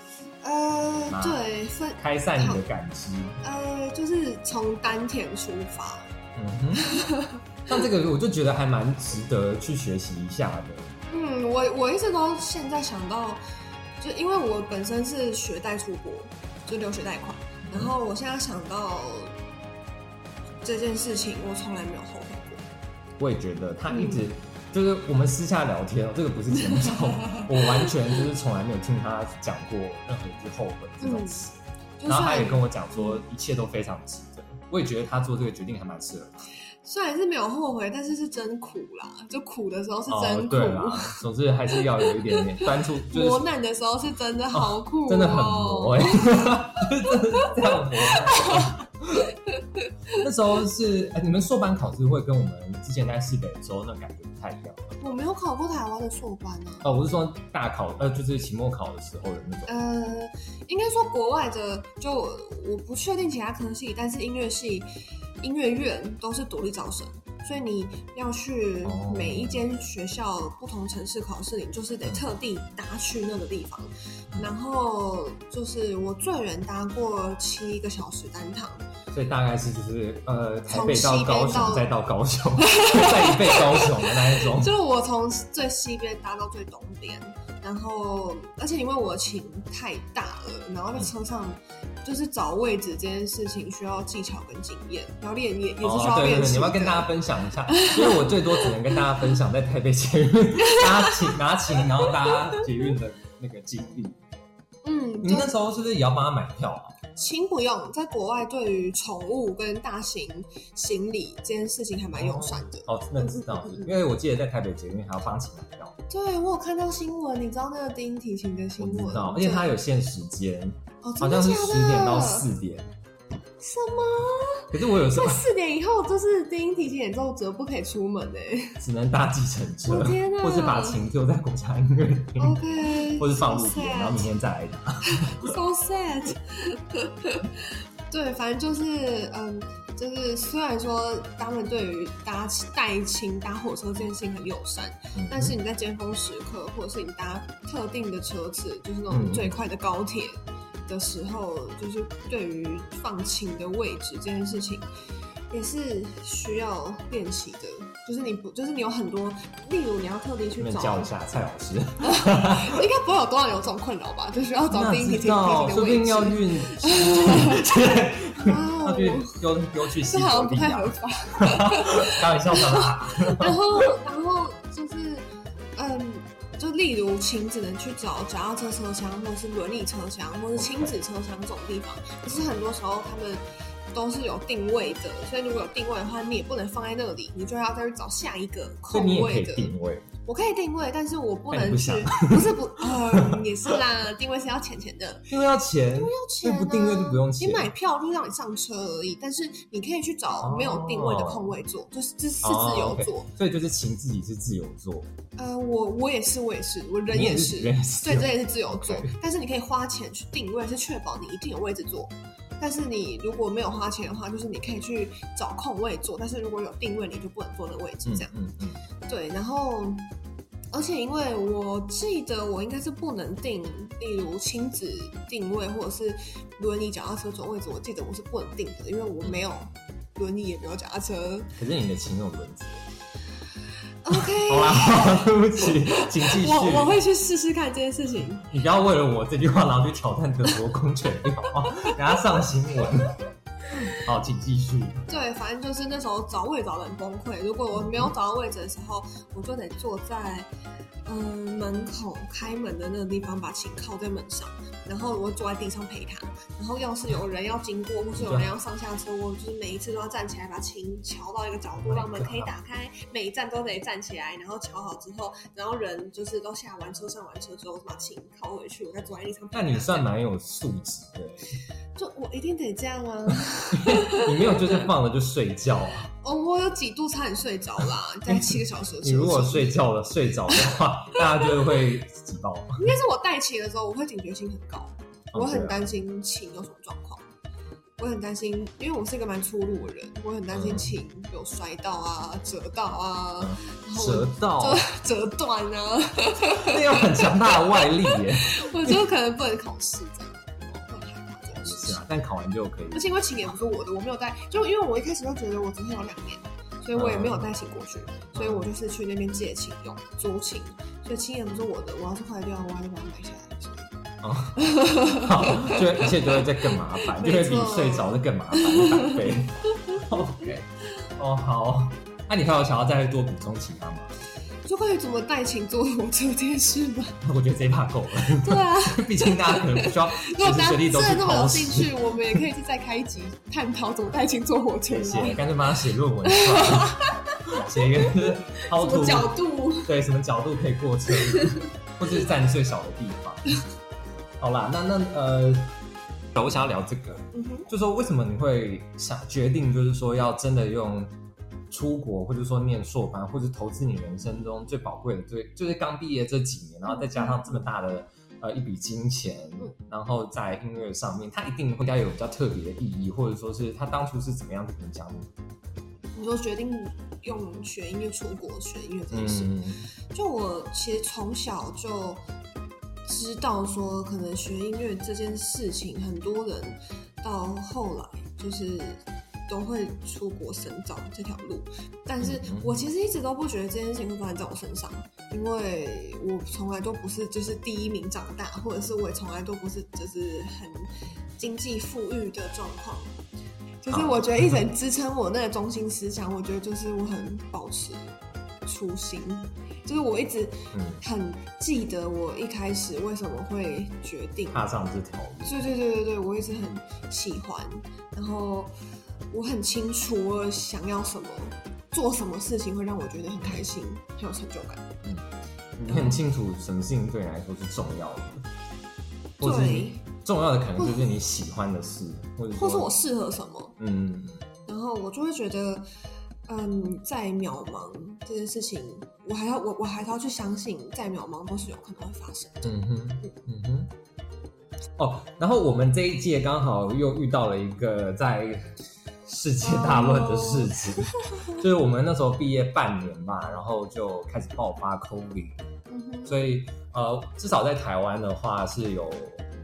呃
吗，
对，分
开散你的感知。
呃，就是从丹田出发，
嗯哼， 像这个我就觉得还蛮值得去学习一下的。
嗯，我我一直都现在想到，就因为我本身是学贷出国，就留学贷款，
嗯
然后我现在想到这件事情，我从来没有后悔过。
我也觉得他一
嗯
直、就是我们私下聊天哦，这个不是节目上，我完全就是从来没有听他讲过任何一句后悔这种事。
嗯就
然后他
算
也跟我讲说，一切都非常值得。我也觉得他做这个决定还蛮适合他。
虽然是没有后悔，但是是真苦啦，就苦的时候是
哦
真，苦，
对啦， 总之还是要有一点点端出，就是
磨难的时候是真的好苦、哦
真的很磨哎、 真的是这样磨。那时候是、哎，你们硕班考试会跟我们之前在西北的时候那感觉不太一样
我没有考过台湾的硕班啊。
哦，我是说大考呃，就是期末考的时候的那种。
呃，应该说国外的，就我我不确定其他科系，但是音乐系、音乐院都是独立招生，所以你要去
哦
每一间学校、不同城市考试，你就是得特地搭去那个地方。
嗯
然后就是我最远搭过七个小时单趟，
所以大概是就是呃，台
从
北到
西边
高雄，
到
再到高雄， 再一倍高雄的那一 种。
就是我从最西边搭到最东边，然后而且因为我琴太大了，然后在车上就是找位置这件事情需要技巧跟经验，要练也也是需
哦，
要
对对
练
对，你
习
要
的。
不要跟大家分享一 下，因为我最多只能跟大家分享在台北捷运搭琴拿琴，然后搭捷运的那个经历。
嗯，
你
就
那时候是不是也要帮他买票啊？
琴不用，在国外对于宠物跟大型行李这件事情还蛮友善的。
哦，那知道，
嗯嗯嗯
因为我记得在台北捷运还要帮琴买票，
对我有看到新闻，你知道那个低音提琴的
我
新闻？
知道，而且它有限时间，
哦，
好
真的
像是
假
十
的？
点到四点。
什么？
可是我有时候
在四点以后就是低音提琴演奏者不可以出门哎、
只能搭计程车
我哦天，哪哦
或是把琴丢在国家音乐厅，
OK，
或是放路
so
边，然后明天再来拿。
sad，so sad。对，反正就是，嗯，就是虽然说他们对于搭带亲搭火车这件事情很友善，
嗯
但是你在尖峰时刻，或者是你搭特定的车次，就是那种
嗯
最快的高铁的时候，就是对于放晴的位置这件事情，也是需要练习的。就是你不，就是你有很多，例如你要特地去
顺便
找
叫一下蔡老师，
应该不会有多少人有这种困扰吧？就是要找
那
定提
知
提
道，
的
说不
位
定
置
要运输，
啊
要去 丢丢去西
这
伯
好像不
利
太
亚
合，法。
啊开玩笑的 啦。
然后，然后就是，嗯，就例如请只能去找脚踏车车厢，或是轮椅车厢，或是亲子车厢这种地方。可是很多时候他们都是有定位的，所以如果有定位的话，你也不能放在那里，你就要再去找下一个
所以你
空
也可
位
以
的。
定位，
我可以定位，但是我不
但你
能
不
去
想，
不是不，嗯，也是啦，定位是要浅浅的。
因为要钱，
要钱、啊，
那不订阅就不用钱
你买票就让你上车而已，但是你可以去找没有定位的空位坐，就是这是自由
哦
座。
，OK，所以就是琴自己是自由座，
呃，我我也是，我也是，我人
你也
是，
人也是
对，这也是自由座
OK。
但是你可以花钱去定位，是确保你一定有位置坐。但是你如果没有花钱的话，就是你可以去找空位坐，但是如果有定位，你就不能坐那个位置
嗯
这样。
嗯嗯，
对，然后而且因为我记得我应该是不能定，例如亲子定位或者是轮椅脚踏车转位置，我记得我是不能定的，因为我没有
嗯
轮椅也没有脚踏 车。
可是你的琴有轮子。
OK，
好啦， 对不起，请继续。
我我会去试试看这件事情。
你不要为了我这句话，然后去挑战德国公权力，好不好？ 等下上新闻。 好，请继续。
对，反正就是那时候找位找的很崩溃。如果我没有找到位置的时候，我就得坐在嗯门口开门的那个地方，把琴靠在门上，然后我坐在地上陪他。然后要是有人要经过，或是
啊
有人要上下车，我就是每一次都要站起来把琴敲到一个角
Oh
度，让门可以打开。每一站都得站起来，然后敲好之后，然后人就是都下完车上完车之后，把琴靠回去，我再坐在地上陪
那
他。
你算蛮有素质的，
就我一定得这样 啊！
你没有就是放了就睡觉 啊。
哦，我有几度差点睡着 啦，在七个小时的车
你如果
程
睡觉了睡着的 话，大家就会挤爆。
应该是我带琴的时候，我会警觉性很高，我
哦
很
对啊
担心琴有什么状况，我很担心，因为我是一个蛮粗鲁的人，我很担心
嗯
琴有摔到啊、折到啊，然后
折
我
到，
就折断啊，
那有很强大的外力耶。
我就可能不能考试这样。
啊但考完就可以。
而且因为琴也不是我的，我没有带，就因为我一开始就觉得我只天有两年，所以我也没有
嗯
带琴过去，所以我就是去那边借琴用租琴，所以琴也不是我的，我要是坏掉，我还得把它买下来。所以
哦，好就会一切就会再更麻烦，就会比
没错
睡着的更麻烦一百倍。OK，哦好，那、你还有想要再多补充其他吗？
就关于怎么带琴坐火车这件事吗？
我觉得这一趴够了，
对啊，
毕竟大家可能不需要
如
随
果
时
大家
随地
真
都去
的 那么有
考
兴
试。
趣，我们也可以再开一集探讨怎么带琴坐火车
谢
啦
谢，干脆帮他写论文算了，写一个 就是
什
凹
么
凸
角度？
对，什么角度可以过车，或者是站最少的地方。好啦，那那呃，我想要聊这个，
嗯哼，
就说为什么你会想决定，就是说要真的用出国，或者说念硕班，或者投资你人生中最宝贵的，最就是刚毕业这几年，然后再加上这么大的呃一笔金钱
嗯，
然后在音乐上面，它一定会该有比较特别的意义，或者说是它当初是怎么样的影响你？
你说决定用学音乐出国学音乐这件事，
嗯
就我其实从小就知道说，可能学音乐这件事情，很多人到后来就是都会出国深造这条路，但是
嗯
我其实一直都不觉得这件事情会发生在我身上，因为我从来都不是就是第一名长大，或者是我也从来都不是就是很经济富裕的状况。就是我觉得一直很支撑我那个中心思想，我觉得就是我很保持初心，就是我一直
嗯
很记得我一开始为什么会决定，
踏上这条路，
对对对对对，我一直很喜欢，然后我很清楚我想要什么，做什么事情会让我觉得很开心，很有成就感。
嗯
啊
你很清楚什么事情对你来说是重要的，或是
对
你重要的可能就是你喜欢的事，或者
或
说
是我适合什么，
嗯
然后我就会觉得，嗯，在渺茫这件事情，我还要我我还是要去相信，在渺茫都是有可能会发生的。
嗯哼嗯哼。哦，然后我们这一届刚好又遇到了一个在世界大乱的事情 就是我们那时候毕业半年吧，然后就开始爆发 COVID，
嗯哼，
所以呃，至少在台湾的话是有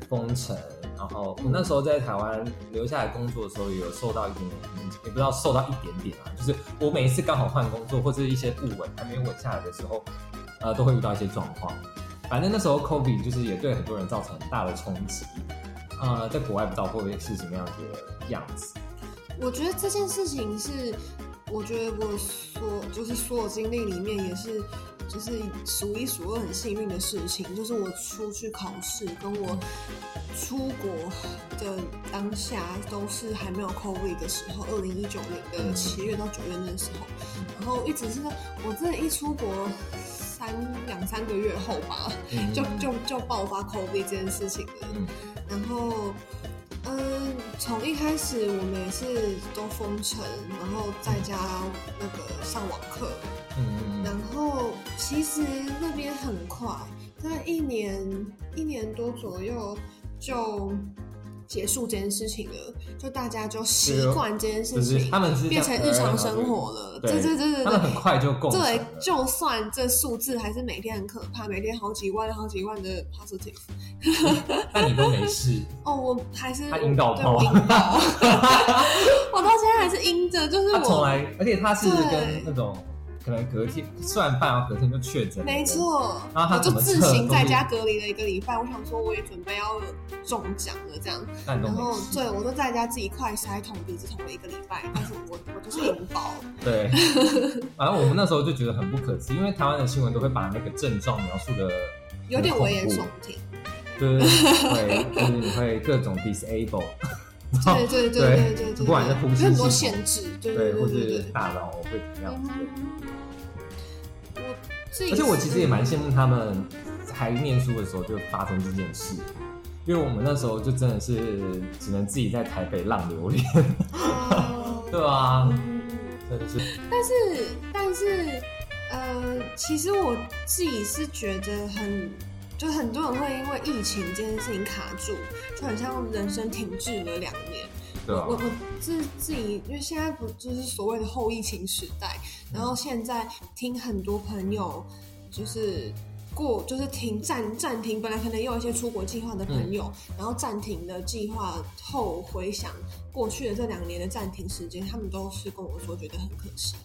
封城，然后
嗯
我那时候在台湾留下来工作的时候，也有受到一点点影响，也不知道受到一点点啊，就是我每一次刚好换工作或者一些不稳还没稳下来的时候，呃，都会遇到一些状况。反正那时候 COVID 就是也对很多人造成很大的冲击，呃，在国外不知道会不会是什么样子的样子。
我觉得这件事情是，我觉得我所就是所有经历里面也是。就是数一数二很幸运的事情，就是我出去考试，跟我出国的当下都是还没有 COVID 的时候，二零一九年的七月到九月那时候，然后一直是我真的，一出国三两三个月后吧，
嗯
就就就爆发 COVID 这件事情了。
嗯
然后，嗯，从一开始我们也是都封城，然后在家那个上网课，
嗯
然后其实那边很快，大概一年一年多左右就结束这件事情了，就大家就习惯这件
哦就
事
是
情，
他们是
变
这
成
样呃
日常生活了。
对
对对对对
他们很
对。
快就共
对
存了，
就算这数字还是每天很可怕，每天好几万、好几万的 positive，
但你都没事。
哦，我还是
他阴道
对
泡
我阴道， 我到现在还是阴着，就是
他从
我，
来，而且他是跟
对
那种可能隔天吃完饭啊，隔天就确诊，
没，错，
然后啊他
我就
怎么
自
测
行
都
在
是
家隔离了一个礼拜。我想说，我也准备要中奖了，这样，
但都
然
没
后
事。
对我就在家自己快塞捅鼻子捅了一个礼拜，但是我我就是阴包，
对，反正我们那时候就觉得很不可思议，因为台湾的新闻都会把那个症状描述的
有点危言耸听。
就是 会就是你会各种 disable，
对
对
对对对对对，
不管是呼吸
有很多
系统
限制，对
对，
对
或
对对
是
对。
大脑会怎么样之类的。
嗯我自己
而且我其实也蛮
是
羡慕他们还念书的时候就发生这件事，因为我们那时候就真的是只能自己在台北浪流连，
啊
对啊，
嗯
真的是
但是，但是，呃，其实我自己是觉得很，就很多人会因为疫情这件事情卡住，就很像人生停滞了两年。
对啊
我，我自自己，因为现在不就是所谓的后疫情时代，然后现在听很多朋友就是过就是停暂暂停，本来可能也有一些出国计划的朋友，然后暂停的计划后回想过去的这两年的暂停时间，他们都是跟我说觉得很可惜，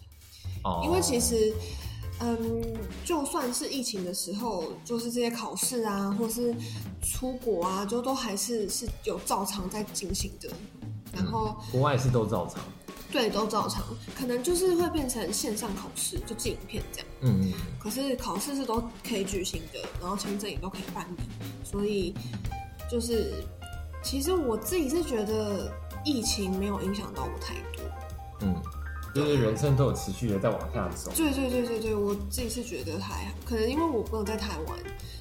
哦
因为其实。嗯，就算是疫情的时候，就是这些考试啊，或是出国啊，就都还是是有照常在进行的。然后
国外是都照常，
对，都照常，可能就是会变成线上考试，就寄影片这样。
嗯，
可是考试是都可以举行的，然后签证也都可以办理，所以就是其实我自己是觉得疫情没有影响到我太多。
嗯，就是人生都有持续的在往下走。
对对对对对，我自己是觉得还好，可能因为我朋友在台湾，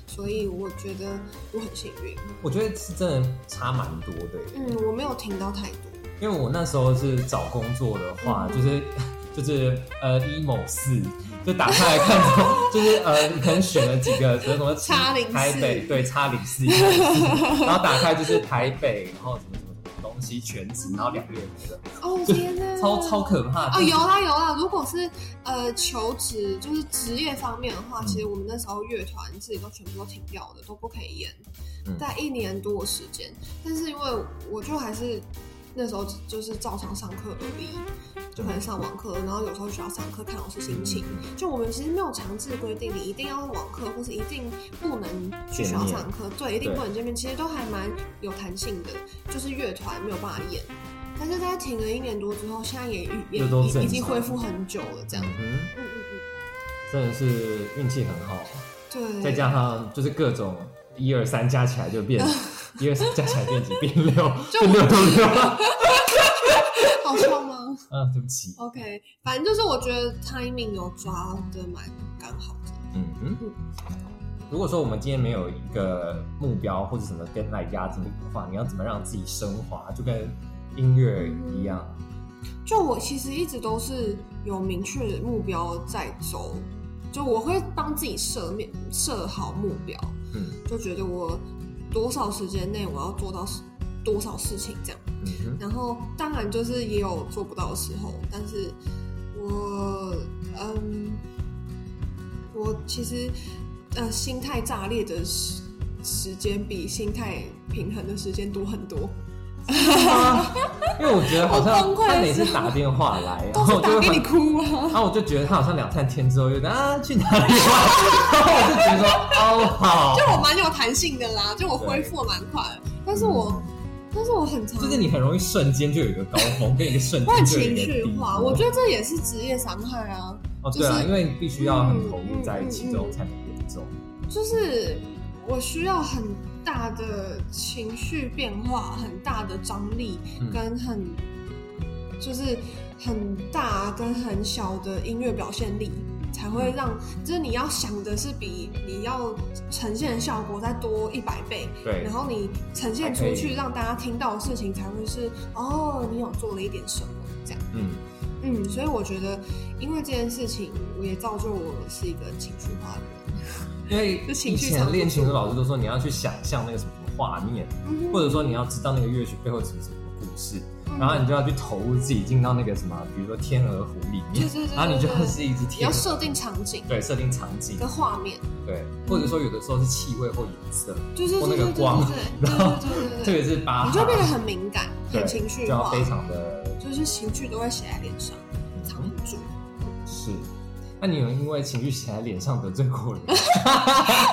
所以我觉得我很幸运。
我觉得是真的差蛮多的，欸
嗯，我没有听到太多。
因为我那时候是找工作的话，
嗯
就是 就是呃一某四，就打开来看 之后，就是呃可能选了几个，比如什么
叉零四
台北对差零四，一零四然后打开就是台北，然后什么什么什么东西全职，然后两个月没了，
哦天哪，
超超可怕
啊、
的。
有啦有啦，如果是呃求职，就是职业方面的话，
嗯
其实我们那时候乐团自己都全部都停掉的，都不可以演
嗯，
在、一年多的时间。但是因为我就还是那时候就是照常上课而已，就可能上网课，然后有时候学校上课看老师心情。就我们其实没有强制规定你一定要网课，或是一定不能去学校上课，对，一定不能见面，其实都还蛮有弹性的。就是乐团没有办法演，但是在停了一年多之后，现在也也
就都正常
已经恢复很久了，这样。
嗯哼，
嗯嗯嗯，
真的是运气很好，
对。
再加上就是各种一二三加起来就 变一二三加起来变几变六，就六六 六。
好笑吗
啊，对不起，
？OK，反正就是我觉得 timing 有抓的蛮刚好的。
嗯嗯。如果说我们今天没有一个目标或者什么跟来压着你的话，你要怎么让自己升华？就跟音乐一样，
就我其实一直都是有明确的目标在走，就我会帮自己设面设好目标，
嗯
就觉得我多少时间内我要做到多少事情这样。
嗯 哼，
然后当然就是也有做不到的时候，但是我嗯，我其实呃心态炸裂的时时间比心态平衡的时间多很 多，
因为我觉得好像
我崩溃的
他每次
时候
打电话来，然
都
后
是
我就
打
会
给你
很，
哭啊。
然后我就觉得他好像两三天之后又在啊去哪里玩， 然后我就觉得说哦好
就，我蛮有弹性的啦，就我恢复得蛮快的，但是我，但是我很常，
就是你很容易瞬间就有一个高峰，跟一个瞬
我很
间就有
情
一个
绪
低
化，
落。
我觉得这也是职业伤害啊，
哦对啊，
就是
因为你必须要很投入
嗯
在其
嗯
中
嗯
才能严重。
就是我需要很大的情绪变化，很大的张力，
嗯
跟很就是很大跟很小的音乐表现力。才
嗯
会让，就是你要想的是比你要呈现的效果再多一百倍，
对
然，后你呈现出
还可
去，让大家听到的事情才会是哦，你有做了一点什么这样。
嗯。
嗯，所以我觉得，因为这件事情，我也造就我是一个情绪化的人。
因为
就
以
情绪
前
藏不
练琴的
住
老师都说你要去想象那个什么画面，
嗯
或者说你要知道那个乐曲背后是什么故事，
嗯
然后你就要去投入自己进到那个什么，比如说天鹅湖里
对
面，
对对，
然后你就
对对
会是一只
你
天啊
要
鹅，
设定场景
对，设定场景，
跟画面，
对，或者说有的时候是气味或颜色，
对对
或
对
哦那
对
个
对对
光
对
然后
对对对
特
对
别是巴哈，
对，你就变得很敏感，
对
很情绪
就要
化，
非常嗯的
就是情绪都会写在脸上，藏不住。
是。那你有因为情绪写在脸上得罪过人吗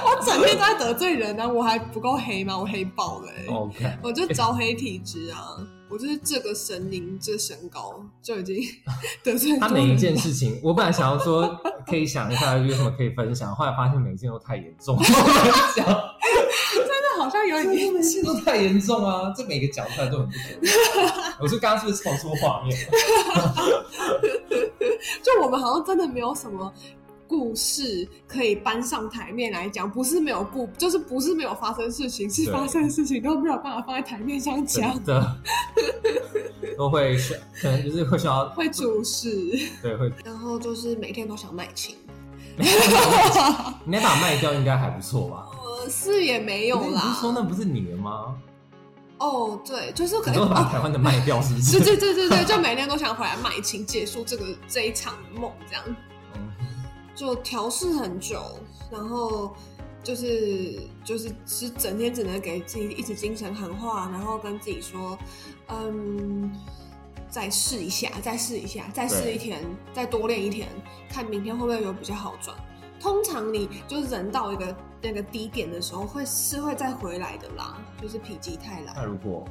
我整天都在得罪人呢、啊我还不够黑吗？我黑爆了、欸。
？OK，
我就招黑体质啊，我就是这个神灵，这身高就已经 得罪
他
多
每一
人
件
了
事情， 我本来想要说可以想一下有什么可以分享，后来发现每一件都太严 重了，
真的好像有
这
点
每次都太严重啊！这每个讲出来都很不得了。我说刚刚是不是唱错画面？
就我们好像真的没有什么故事可以搬上台面来讲，不是没有故，就是不是没有发生事情，是
对
发生的事情都没有办法放在台面上讲
真，的，都会需可能就是会需 要
会主事，
对会
然后就是每天都想卖琴，
你那把卖掉应该还不错吧？
呃，是也没有
可是你不是说
啦。
那不是你的吗？
哦，对，就是可
你
能
说把
哦，
台湾的卖掉是不
对
是？
对对对对，就每天都想回来卖琴，结束这个这一场梦，这样
嗯
就调试很久，然后就是就是是整天只能给自己一直精神喊话，然后跟自己说，嗯，再试一下，再试一下，再试一天，再多练一天，看明天会不会有比较好转。通常你就是人到一个那个低点的时候，会是会再回来的啦，就是否极泰来
那如果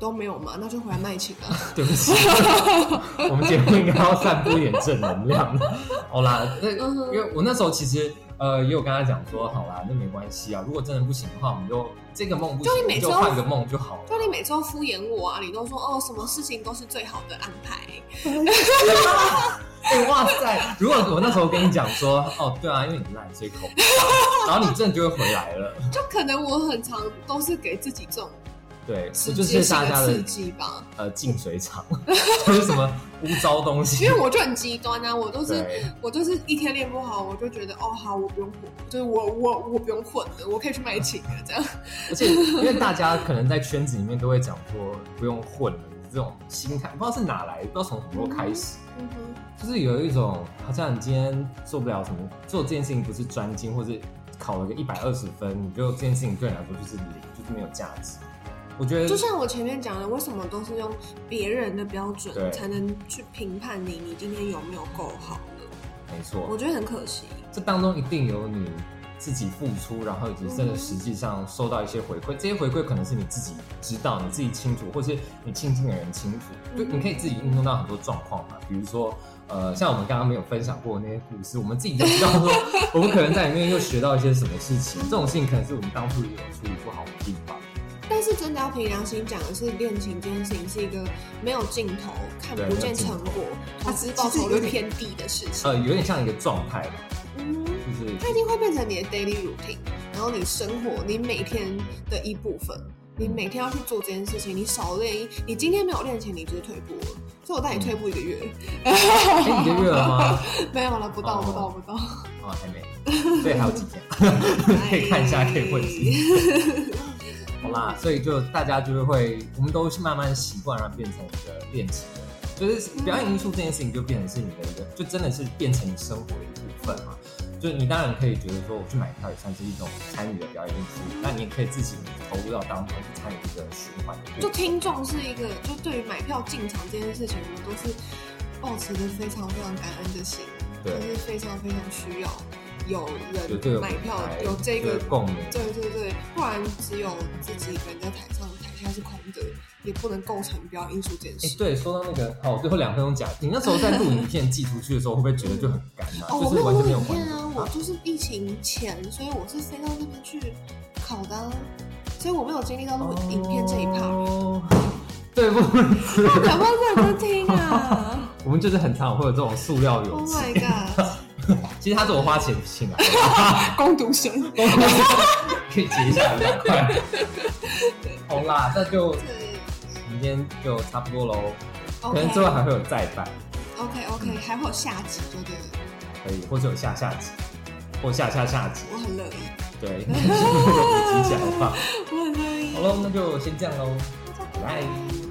都没有嘛，那就回来卖琴啊。
对不起， 我们节目应该要散布一点正能量。 好啦，那
嗯哼
因为我那时候其实呃也有跟他讲说，好啦，那没关系啊，如果真的不行的话，我们就这个梦不行，
就你
我们
每
就
周
换个梦就好了。
就你每次都敷衍我啊，你都说哦，什么事情都是最好的安排。
哎、哇塞！如果我那时候跟你讲说，哦，对啊，因为你烂，所以口不好， 然后你真的就会回来了。
就可能我很常都是给自己这种
对，这
直
就
接
是
性
大家
的刺
的
激吧，
呃净水厂， 就是什么污糟东西
因。为我就很极端啊，我都是
对，
我就是一天练不好，我就觉得哦好，我不用混，就是我我我不用混了，我可以去卖琴了这样。
而且因为大家可能在圈子里面都会讲说不用混了，你这种心态不知道是哪来，不知道从什么时候开始，
嗯哼，
就是有一种好像你今天做不了什么，做这件事情不是专精，或是考了个一百二十分，你就这件事情对你来说就是零，就是没有价值。我觉得
就像我前面讲的，为什么都是用别人的标
对
准才能去评判你，你今天有没有够好了？
没错，
我觉得很可惜。
这当中一定有你自己付出，然后以及真的实际上收到一些回馈，这些回馈可能是你自己知道、你自己清楚，或是你亲近的人清楚。就
嗯
你可以自己运用到很多状况嘛，比如说。呃，像我们刚刚没有分享过的那些故事，我们自己就知道说，我们可能在里面又学到一些什么事情。这种事情可能是我们当初也有处理不好的地方。
但是真的要凭良心讲的是，恋情这件事情是一个没有尽头、看
对
不见成果、投资报酬率
其实
偏低的事情。
呃，有点像一个状态吧，
嗯，
就是
它一定会变成你的 daily routine，然后你生活你每天的一部分，你每天要去做这件事情。你少练一，你今天没有练琴，你就是退步了。所以我带你退步一 个月，
哎，一个月了吗？
没有了，不到，
哦
不到，不到。
哦，还没，所以还有几天。 可以看一下，可以问
哎
题。好啦，所以就大家就是会，我们都是慢慢习惯，然后变成一个练习的，就是表演艺术这件事情就变成是你的一个，就真的是变成你生活的一部分嘛。就你当然可以觉得说，我去买票也算是一种参与的表演艺术，那你也可以自己投入到当中去参与一个循环的
就
过程。
听众是一个，就对于买票进场这件事情，我们都是抱持着非常非常感恩的心，就
对
是非常非常需要有
有这个
人
舞
买票
台，
有这个
这个共鸣
对对对，不然只有自己一个人在台上，台下是空的，也不能构成表演艺术这件
哎、
事。
对，说到那个，哦，最后两分钟讲，你那时候在录影片寄出去的时候，会不会觉得就很干嘛？就
哦，我
是
没
完
有
全
录
没有
影
关
片
注
啊，我就是疫情前，所以我是飞到那边去考的、啊，所以我没有经历到录影片这一 part。
哦对不 起，
那赶快认真听 啊
我们就是很常会有这种塑料
！Oh
友情。
my god！
其实他是我花钱请来的，
攻读生。
可以结一下两块。 好啦，那就
对
明天就差不多喽。可
，OK
能之后还会有再版，
OK OK，还会有下集，对对对，
可以，或者有下下集，或下下下集。
我很乐意，
对， 如果有集起来的话，
我很乐意。
好喽，那就先这样喽，
大家
拜拜。